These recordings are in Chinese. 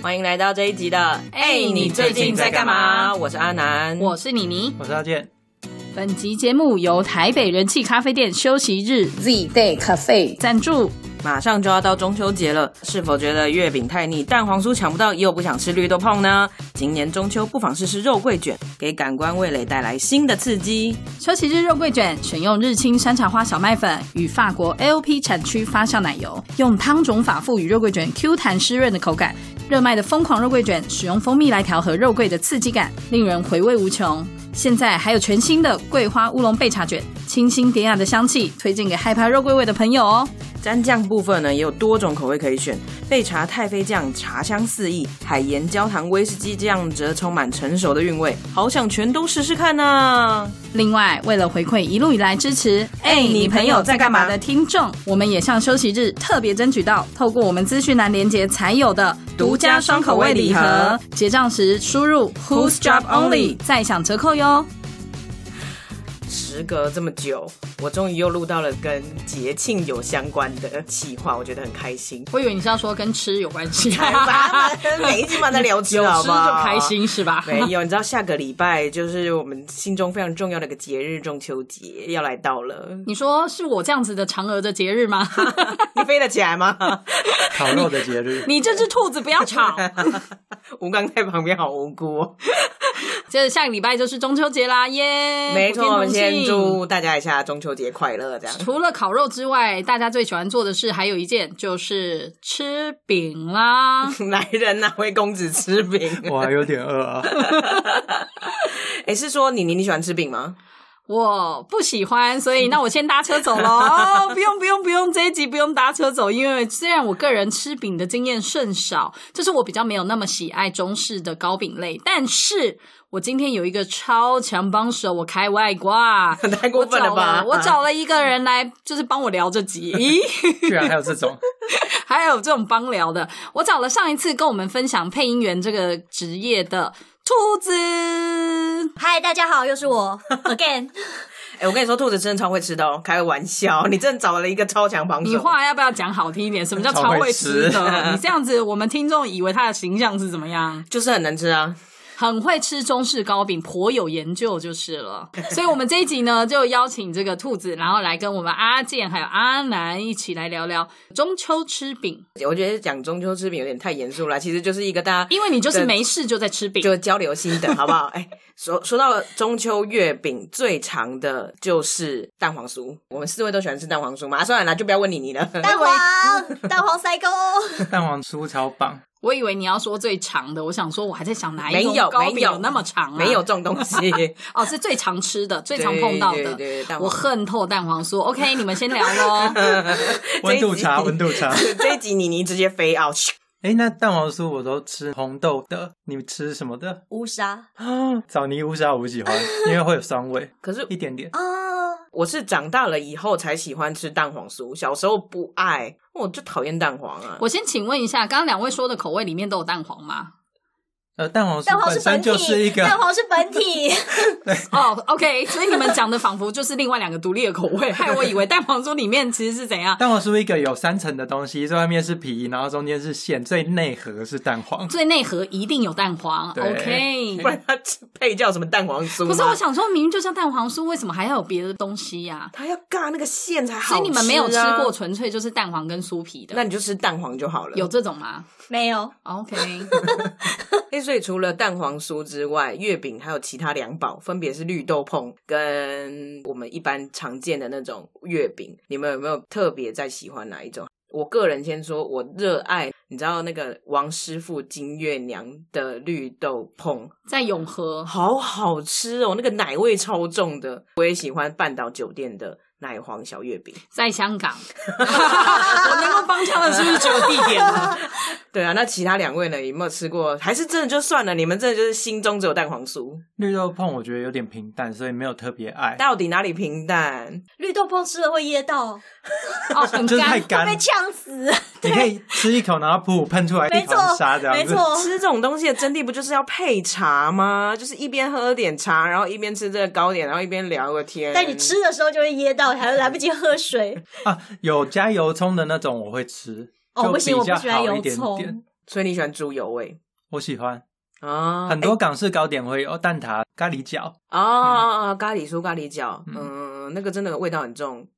欢迎来到这一集的。哎、你最近在干嘛？我是阿南，我是妮妮。我是阿健，本集节目由台北人气咖啡店休息日 Z Day Cafe，赞助。马上就要到中秋节了，是否觉得月饼太腻，蛋黄酥抢不到，又不想吃绿豆椪呢？今年中秋不妨试试肉桂卷，给感官味蕾带来新的刺激。休息日肉桂卷选用日清山茶花小麦粉与法国 AOP 产区发酵奶油，用汤种法赋予肉桂卷 Q 弹湿润的口感。热卖的疯狂肉桂卷使用蜂蜜来调和肉桂的刺激感，令人回味无穷。现在还有全新的桂花乌龙焙茶卷，清新典雅的香气，推荐给害怕肉桂味的朋友哦。蘸酱部分呢，也有多种口味可以选，焙茶太妃酱茶香四溢，海盐焦糖威士忌酱则充满成熟的韵味，好想全都试试看呢、另外，为了回馈一路以来支持“哎你朋友在干嘛的听众，我们也向休息日特别争取到，透过我们资讯栏连接才有的独家双口味礼盒，结账时输入 Who's Job Only 再享折扣哟。。时隔这么久，我终于又录到了跟节庆有相关的企划，我觉得很开心 我以为你是要说跟吃有关系，哎 咱们每一集嘛在聊吃， 有好吃不好就开。心 是吧？没有，你知道下个礼拜就是我们心中非常重要的一个节日——中秋节要来到了。 你说是我这样子的嫦娥的节日吗？你飞得起来吗？烤肉的节 日，你这只兔子不 要 吵！吴刚在旁边好无辜、 哦。接着下个礼拜就是中秋节啦，耶！没错，我普们天同先庆祝大家一下中秋节快乐，这样。 除了烤肉之外，大家最喜欢做的事还有一件就是吃饼啦。来人呐、灰公子吃饼。我还有点饿啊。哎、是说你你你喜欢吃饼吗？ 我不喜欢，所以那我先搭车走喽。哦不用不用不用，这一集不用搭车走，因为虽然我个人吃饼的经验甚少，就是我比较没有那么喜爱中式的糕饼类，但是我今天有一个超强帮手，我开外挂。 太过分了吧！我找了我找了一个人来，就是帮我聊 这集。 咦，居然还有这 种，还有这种帮聊的，我找了上一次跟我们分享配音员这个职业的兔子。嗨，大家好，又 是我 again。哎、我跟你说，兔子真的超会吃的哦，开玩笑，你真的找了一个超强帮手。你话要不要讲好听一 点？什么叫超超会会吃吃的？ 你这样子，我们听众以为他的形象是怎么样？就是很能吃啊！很会吃中式糕饼，颇有研究就是 了。所以，我们这一集呢，就邀请这个兔子，然后来跟我们阿健还有阿南一起来聊聊中秋吃饼，我觉得讲中秋吃饼有点太严肃了，其实就是一个大家因为你就是对没事就在吃饼。就交流心得，好不好？ 哎、说说到中秋月饼，最长的就是蛋黄酥。我们四位都喜欢吃蛋黄酥嘛？啊、算了啦，就不要问你你了。 蛋黄，蛋黄塞沟。蛋黄酥超棒，我以为你要说最长的，我想说我还在想哪一没有种糕饼没有有那么长、啊，没有这种东 西，哦，是最常吃的，最常碰到的。对对对蛋黄我恨透蛋黄酥。OK，你们先聊喽。温度这茶，一集温度 茶。这一集你你直接飞 out，哎，那蛋黄酥我都吃红豆的，你们吃什么的？乌沙啊，枣泥乌沙我不喜欢，因为会有酸味，可是一点点。啊，哦我是长大了以后才喜欢吃蛋黄酥，小时候不爱，我就讨厌蛋黄啊。我先请问一下，刚刚两位说的口味里面都有蛋黄吗？呃，蛋黄蛋酥黄本是身本就是一体，蛋个，黄是本 体。哦、o k 所以你们讲的仿佛就是另外两个独立的口味，害我以为蛋黄酥里面其实是怎样。蛋黄酥一个有三层的东西，最外面是皮，然后中间是馅，最内核是蛋黄。最内核一定有蛋黄对，OK 不。然它配叫什么蛋黄酥吗？不是，我想说，明明就像蛋黄酥，为什么还要有别的东西呀、它要尬那个馅才好、所啊。以你们没有吃过，纯粹就是蛋黄跟酥皮那的，你就吃蛋黄就好了。有这种吗没有， ？OK，诶，哎所以除了蛋黄酥之外，月饼还有其他两宝，分别是绿豆椪跟我们一般常见的那种月饼。你们有没有特别在喜欢哪一种？我个人先说，我热爱，你知道那个王师傅金月娘的绿豆椪，在永和好好吃哦，那个奶味超重的。我也喜欢半岛酒店的奶黄小月饼。在香港，我能够帮腔的是不是只有地点了？ 对啊，那其他两位呢？有没有吃过？还是真的就算了？你们真的就是心中只有蛋黄酥？绿豆椪我觉得有点平淡，所以没有特别爱，到底哪里平淡？绿豆椪吃了会噎到，哦，很就是太干，干会被，呛死。你可以吃一口，然后噗喷出来没一错团沙这，样没子。错。吃这种东西的真谛不就是要配茶吗？就是一边喝点茶，然后一边吃这个糕点，然后一边聊个天。但你吃的时候就会噎到，还来不及喝水。 啊，有加油葱的那种我会吃，哦就不行我比较不喜欢好一油点葱点。所以你喜欢猪油味我喜欢哦，很多港式糕点会有蛋挞、咖喱饺，哎哦，咖喱酥、咖喱饺，嗯嗯，那个真的味道很重。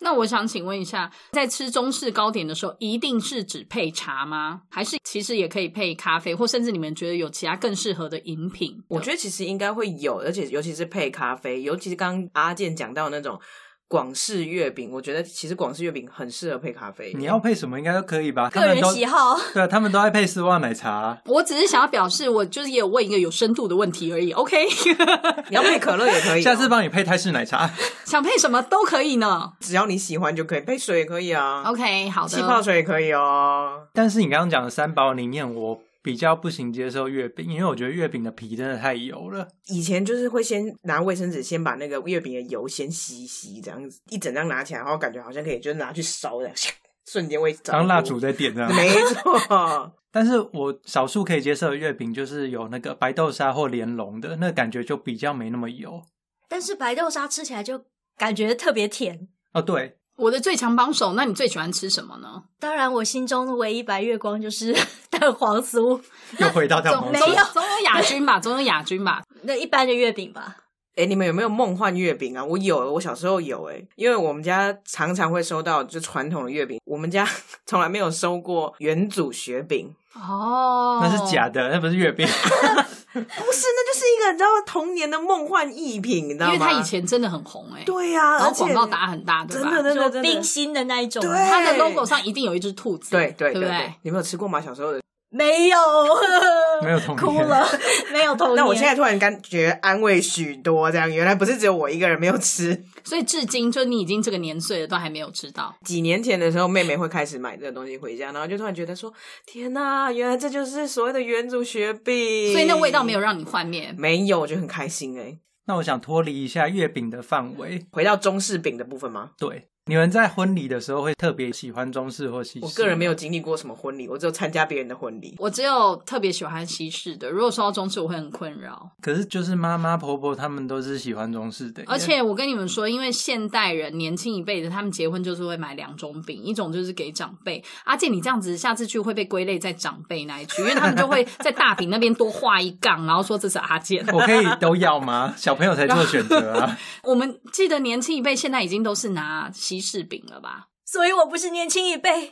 那我想请问一下，在吃中式糕点的时候，一定是只配茶吗？还是其实也可以配咖啡，或甚至你们觉得有其他更适合的饮品？我觉得其实应该会有，而且尤其是配咖啡，尤其是刚刚阿健讲到那种广式月饼，我觉得其实广式月饼很适合配咖啡。你要配什么应该都可以吧？他个们人都喜好。对啊，他们都爱配丝袜奶茶。我只是想要表示，我就是也有问一个有深度的问题而已。OK， 你要配可乐也 可以哦、下次帮你配泰式奶茶， 想配什么都可以呢。只要你喜欢就可以，配水也可以啊， OK，好的。气泡水也可以哦。但是你刚刚讲的三宝里面，我比较不行接受月饼，因为我觉得月饼的皮真的太油了。以前就是会先拿卫生纸先把那个月饼的油先吸一吸，这样子一整张拿起来，然后感觉好像可以就是拿去烧的， 瞬间会着当蜡火烛在点这样。没错，但是我少数可以接受的月饼，就是有那个白豆沙或莲蓉的，那感觉就比较没那么油。但是白豆沙吃起来就感觉特别甜。哦，对，我的最强帮手，那你最喜欢吃什么呢？当然，我心中的唯一白月光就是 蛋黄酥，又回 到蛋总黄没有酥。总有亚军吧，总有亚军吧。那一般的月饼吧。哎、 你们有没有梦幻月饼啊？我有，我小时候有哎、因为我们家常常会收到就传统的月饼，我们家 从来没有收过元祖雪饼，哦，那是假的，那不是月饼。不是，那就是一个你知道童年的梦幻逸品，你知道因吗？为他以前真的很红哎、对呀、然而后且广告打很大，对真吧？的真的就真冰的，心的那一种，对它的 logo 上一定有一只兔子，对对对对不对，你们有吃过吗？小时候的？没有，没有童年哭了，没有哦童年。那我现在突然感觉安慰许多，这样原来不是只有我一个人没有吃。所以至今就你已经这个年岁了，都还没有吃到。几年前的时候，妹妹会开始买这个东西回家，然后就突然觉得说：“天哪、原来这就是所谓的元祖雪饼。”所以那味道没有让你幻灭。没有，我就很开心哎、那我想脱离一下月饼的范围。回到中式饼的部分吗？对，你们在婚礼的时候会特别喜欢中式或西式？我个人没有。经历过什么婚礼，我只有参加别人的婚礼。我只有特别喜欢西式的，如果说到中式，我会很困扰。可是就是妈妈婆婆她们都是喜欢中式的耶，而且我跟你们说，因为现代人年轻一辈的，他们结婚就是会买两种饼，一种就是给长辈。阿健，你这样子下次去会被归类在长辈那 一区，因为他们就会在大饼那边多画一杠，然后说这是阿健。我可以都要吗？小朋友才做选择啊。我们记得年轻一辈现在已经都是拿西式饼了吧？所以我不是年轻一 辈，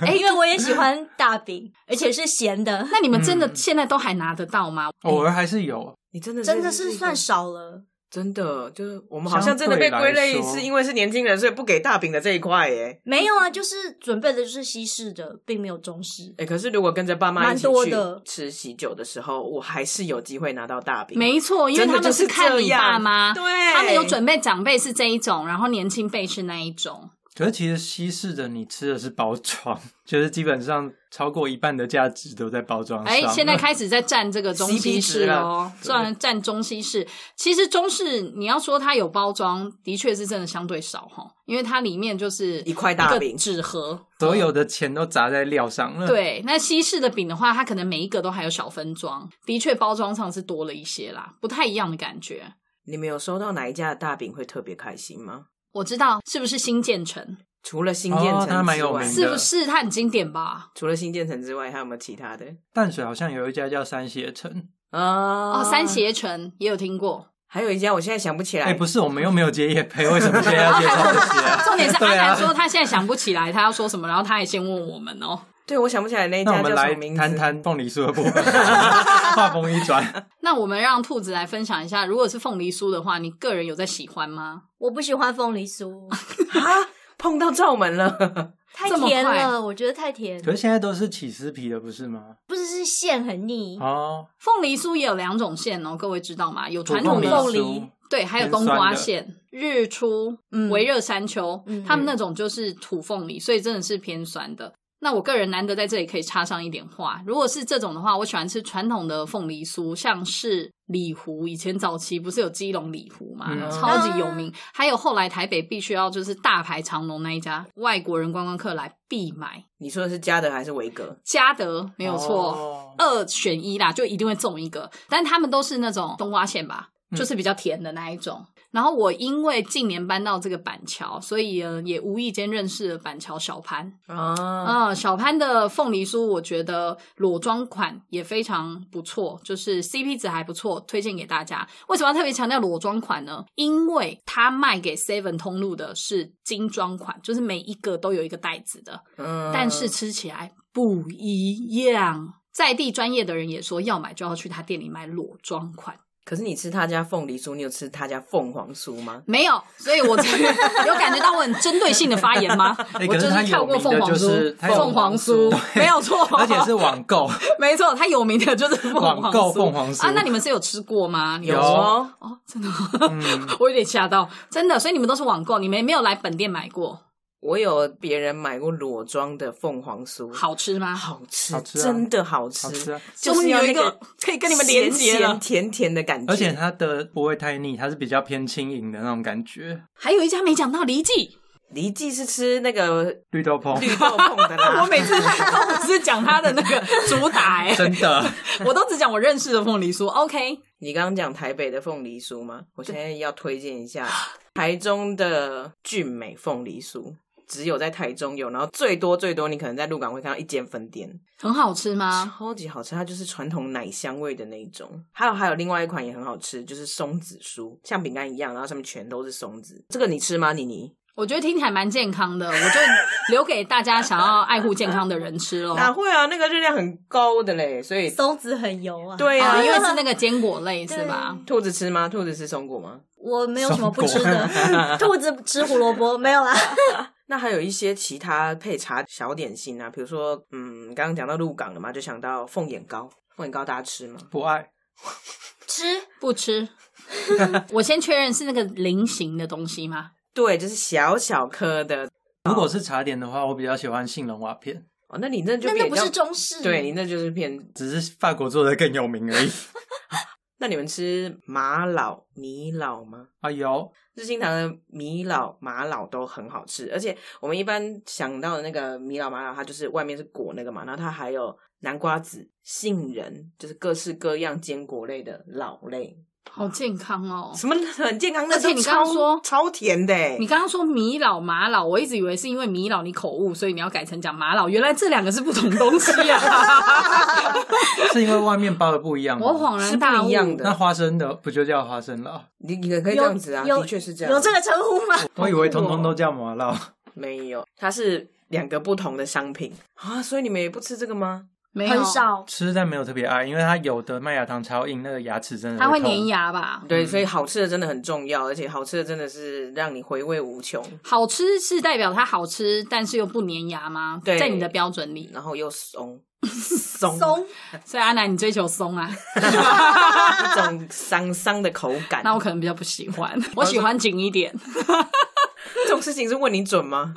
哎，因为我也喜欢大饼，而且是咸的，那你们真嗯的现在都还拿得到吗？哦偶尔还是有，你真的真的是一个算少了。真的，就是我们好像真的被相归对来类说是因为是年轻人，所以不给大饼的这一块欸耶。没有啊，就是准备的就是西式的，并没有中式。哎、可是如果跟着爸妈一起蛮多去的吃喜酒的时候，我还是有机会拿到大饼。没错，因为他真的们就是看你这样爸妈，对他们有准备长辈是这一种，然后年轻辈是那一种。可是其实西式的你吃的是包装，就是基本上超过一半的价值都在包装上。哎，现在开始在占这个中 CP 西式啊值啊了哦，占占中西式。其实中式你要说它有包装，的确是真的相对少哈，因为它里面就是一块大个饼嗯纸盒。所有的钱都砸在料上了。，对，那西式的饼的话，它可能每一个都还有小分装，的确包装上是多了一些啦，不太一样的感觉。你们有收到哪一家的大饼会特别开心吗？我知道是不是新建成？除了新建成哦它蛮之有外，名的是不是它很经典吧？除了新建成之外，还有没有其他的？淡水好像有一家叫三协城，啊、哦，三，协城也有听过。？还有一家我现在想不起来。哎、不是，我们又没有接叶配，为什么现在要介绍这些、啊 重点是阿对南啊。说他现在想不起来他要说什么，然后他也先问我们哦。对，我想不起来那一 那家我叫们什来么名字。谈谈凤梨酥的 部分，话锋一转，那我们让兔子来分享一下，如果是凤梨酥的话，你个人有在喜欢吗？我不喜欢凤 梨酥，啊，碰到罩门了， 太这么甜快了，我觉得太甜，可是现在都是起司皮的，不是吗？不是是馅很腻。哦，凤梨酥也有两种馅哦，各位知道吗？有传统梨的凤梨酥梨，对，还有冬瓜馅、日出、嗯微热山丘，嗯他们那种就是土凤梨，所以真的是偏酸的。那我个人难得在这里可以插上一点话，如果是这种的话，我喜欢吃传统的凤梨酥，像是李湖，以前早期不是有基隆李湖嘛，嗯超级有啊名，还有后来台北必须要就是大排长龙那一家，外国人观光客来必买，你说的是嘉德还是维格？嘉德没有错。哦二选一啦，就一定会中一个。但他们都是那种冬瓜馅吧？嗯就是比较甜的那一种。然后我因为近年搬到这个板桥，所以呃也无意间认识了板桥小潘。啊，啊、小潘的凤梨酥，我觉得裸妆款也非常不错，就是 CP 值还不错，推荐给大家。为什么要特别强调裸妆款呢？因为它卖给 Seven 通路的是精装款，就是每一个都有一个袋子的，嗯但是吃起来不一样。在地专业的人也说，要买就要去他店里买裸妆款。可是你吃他家凤梨酥，你有吃他家凤凰酥吗？没有，所以我 真的有感觉到我很针对性的发言吗？ 哎我可是是它跳有过名的凤凰就酥是，它有凤凰酥 没有错，而且是网购， 没错，它有名的就是凤凰网购酥凤凰酥啊。那你们是有吃过吗？你有吃过哦，哦，真的吗，嗯， 我有点吓到，真的。所以你们都是网购，你们没有来本店买过，我有别人买过裸妆的凤凰酥，好吃吗？好吃，好吃啊真的好吃，好吃啊，终于有就是要那一个个可以跟你们连接咸了咸。甜甜的感觉，而且它的不会太腻，它是比较偏轻盈的那种感觉。还有一家没讲到，李记， 黎记是吃那个绿豆椪，绿豆碰的啦，哦 我每次都不是讲他的那个主打、欸，真的， 我都只讲我认识的凤梨酥。OK，你刚刚讲台北的凤梨酥吗？我现在要推荐一下啊台中的俊美凤梨酥，只有在台中有，然后最多最多你可能在鹿港会看到一间分店，很好吃吗？啊超级好吃，它就是传统奶香味的那一种。还有还有另外一款也很好吃，就是松子酥，像饼干一样，然后上面全都是松子。这个你吃吗，妮妮？我觉得听起来蛮健康的，我就留给大家想要爱护健康的人吃咯。哪会啊，那个热量很高的嘞，所以松子很油啊。， 对啊啊，，因为是那个坚果类是吧？兔子吃吗？兔子吃松果吗？我没有什么不吃的， 兔子吃胡萝卜没有啦。那还有一些其他配茶小点心啊，比如说，嗯，刚刚讲到鹿港了嘛，就想到凤眼糕。凤眼糕大家吃吗？不 爱。吃 不吃。我先确认是那个菱形的东西吗？对，就是小小颗的。如果是茶点的话，我比较喜欢杏仁瓦片，哦，那你那就那那比不较是中式，对你那就是偏。只是法国做的更有名而已。 那你们吃玛瑙、米老吗？啊，有日新堂的米老、玛瑙都很好吃，而且我们一般想到的那个米老、玛瑙，它就是外面是裹那个嘛，然后它还有南瓜子、杏仁，就是各式各样坚果类的老类，好健康 哦！什么很健康，而且那都你刚刚超说超甜的欸，你刚刚说米老玛老，我一直以为是因为米老你口误，所以你要改成讲玛老，原来这两个是不同东西 啊！是因为外面包的不一样吗我恍然是大不悟，一样那的。花生的不就叫花生酪？你你可以这有样子啊，有的确是这样。有这个称呼吗？哦我以为通通都叫麻酪。没有？它是两个不同的商品啊，所以你们也不吃这个吗？没有很，少，吃但没有特别爱，因为它有的麦芽糖超硬，那个牙齿真的它会痛粘。牙吧？对，所以好吃的真的很重要，而且好吃的真的是让你回味无穷，好吃是代表它好吃，但是又不粘牙吗？对在你的标准里，然后又 松松松所以阿南你追求松啊， 一种桑桑的口感。那我可能比较不喜欢，我喜欢紧一点。这种事情是问你准吗？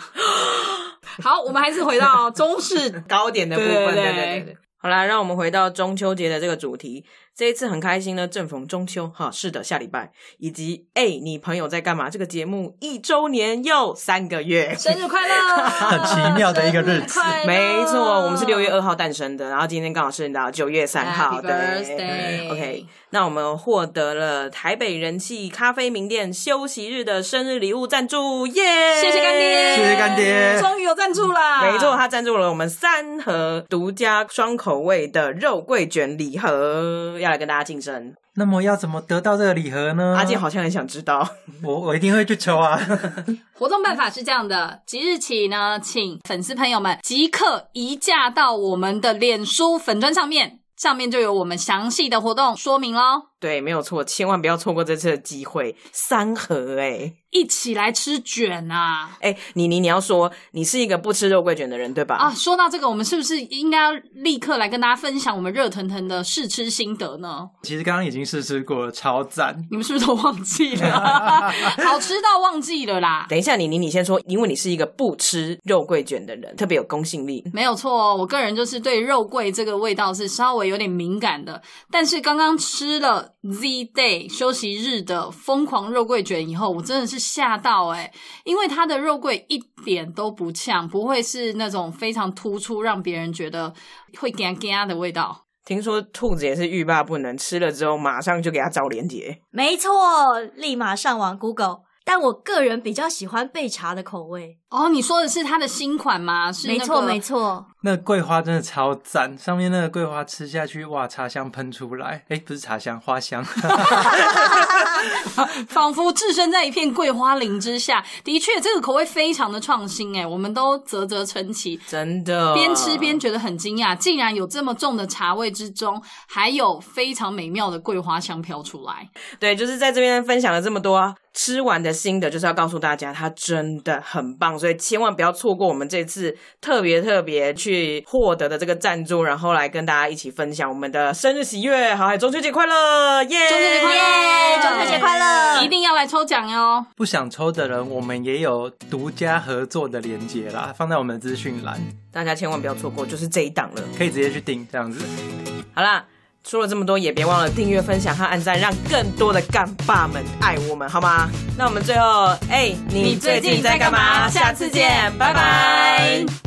好，我们还是回到中式高点的部分，对对对对对对对。好啦，让我们回到中秋节的这个主题。这一次很开心呢，正逢中秋哈，是的，下礼拜以及哎、你朋友在干嘛？这个节目一周年又三个月，生日快乐， 很奇妙的一个日子生日快乐没错，我们是六月二号诞生的，然后今天刚好是你知道九月三号， Happy 对 birthday OK，那我们获得了台北人气咖啡名店休息日的生日礼物赞助，耶、谢谢干爹，谢谢干爹终于有赞助啦！ 没错，他赞助了我们三盒独家双口味的肉桂卷礼盒，要来跟大家竞争。那么要怎么得到这个礼盒呢？嗯阿健好像很想知道， 我我一定会去抽啊！ 活动办法是这样的：即日起呢，请粉丝朋友们即刻移驾到我们的脸书粉砖上面，上面就有我们详细的活动说明喽。对，没有错，千万不要错过这次的机会，三盒哎、一起来吃卷啊！哎、妮妮，你要说你是一个不吃肉桂卷的人对吧？啊，说到这个，我们是不是应该要立刻来跟大家分享我们热腾腾的试吃心得呢？其实刚刚已经试吃过了，超赞！你们是不是都忘记了？好吃到忘记了啦！等一下，妮妮，你先说，因为你是一个不吃肉桂卷的人，特别有公信力。没有错、哦，我个人就是对肉桂这个味道是稍微有点敏感的。但是刚刚吃了 Z Day 休息日的疯狂肉桂卷以后，我真的是吓到诶、因为它的肉桂一点都不呛，不会是那种非常突出让别人觉得会干干的味道。听说兔子也是欲罢不能，吃了之后马上就给它找连结。没错，立马上网 Google。但我个人比较喜欢焙茶的口味，哦，你说的是它的新款吗？是、没错没。错，那桂花真的超赞，上面那个桂花吃下去，哇，茶香喷出来，哎、不是茶香，花香， 仿佛置身在一片桂花林之下。的确，这个口味非常的创新哎，我们都啧啧称奇。真的，呃边吃边觉得很惊讶，竟然有这么重的茶味之中，还有非常美妙的桂花香飘出来。对，就是在这边分享了这么多、啊。吃完的心得就是要告诉大家，它真的很棒，所以千万不要错过我们这次特别特别去获得的这个赞助，然后来跟大家一起分享我们的生日喜悦，好，还有中秋节快乐，耶、中秋节快乐耶中秋节快乐一定要来抽奖哟！不想抽的人，我们也有独家合作的连接啦，放在我们的资讯栏，大家千万不要错过，就是这一档了。可以直接去订这样子。好啦，说了这么多，也别忘了订阅、分享和按赞，让更多的干爸们爱我们，好吗？那我们最后，哎、你你最最近近在在干干嘛嘛？下下次次见见，拜拜拜拜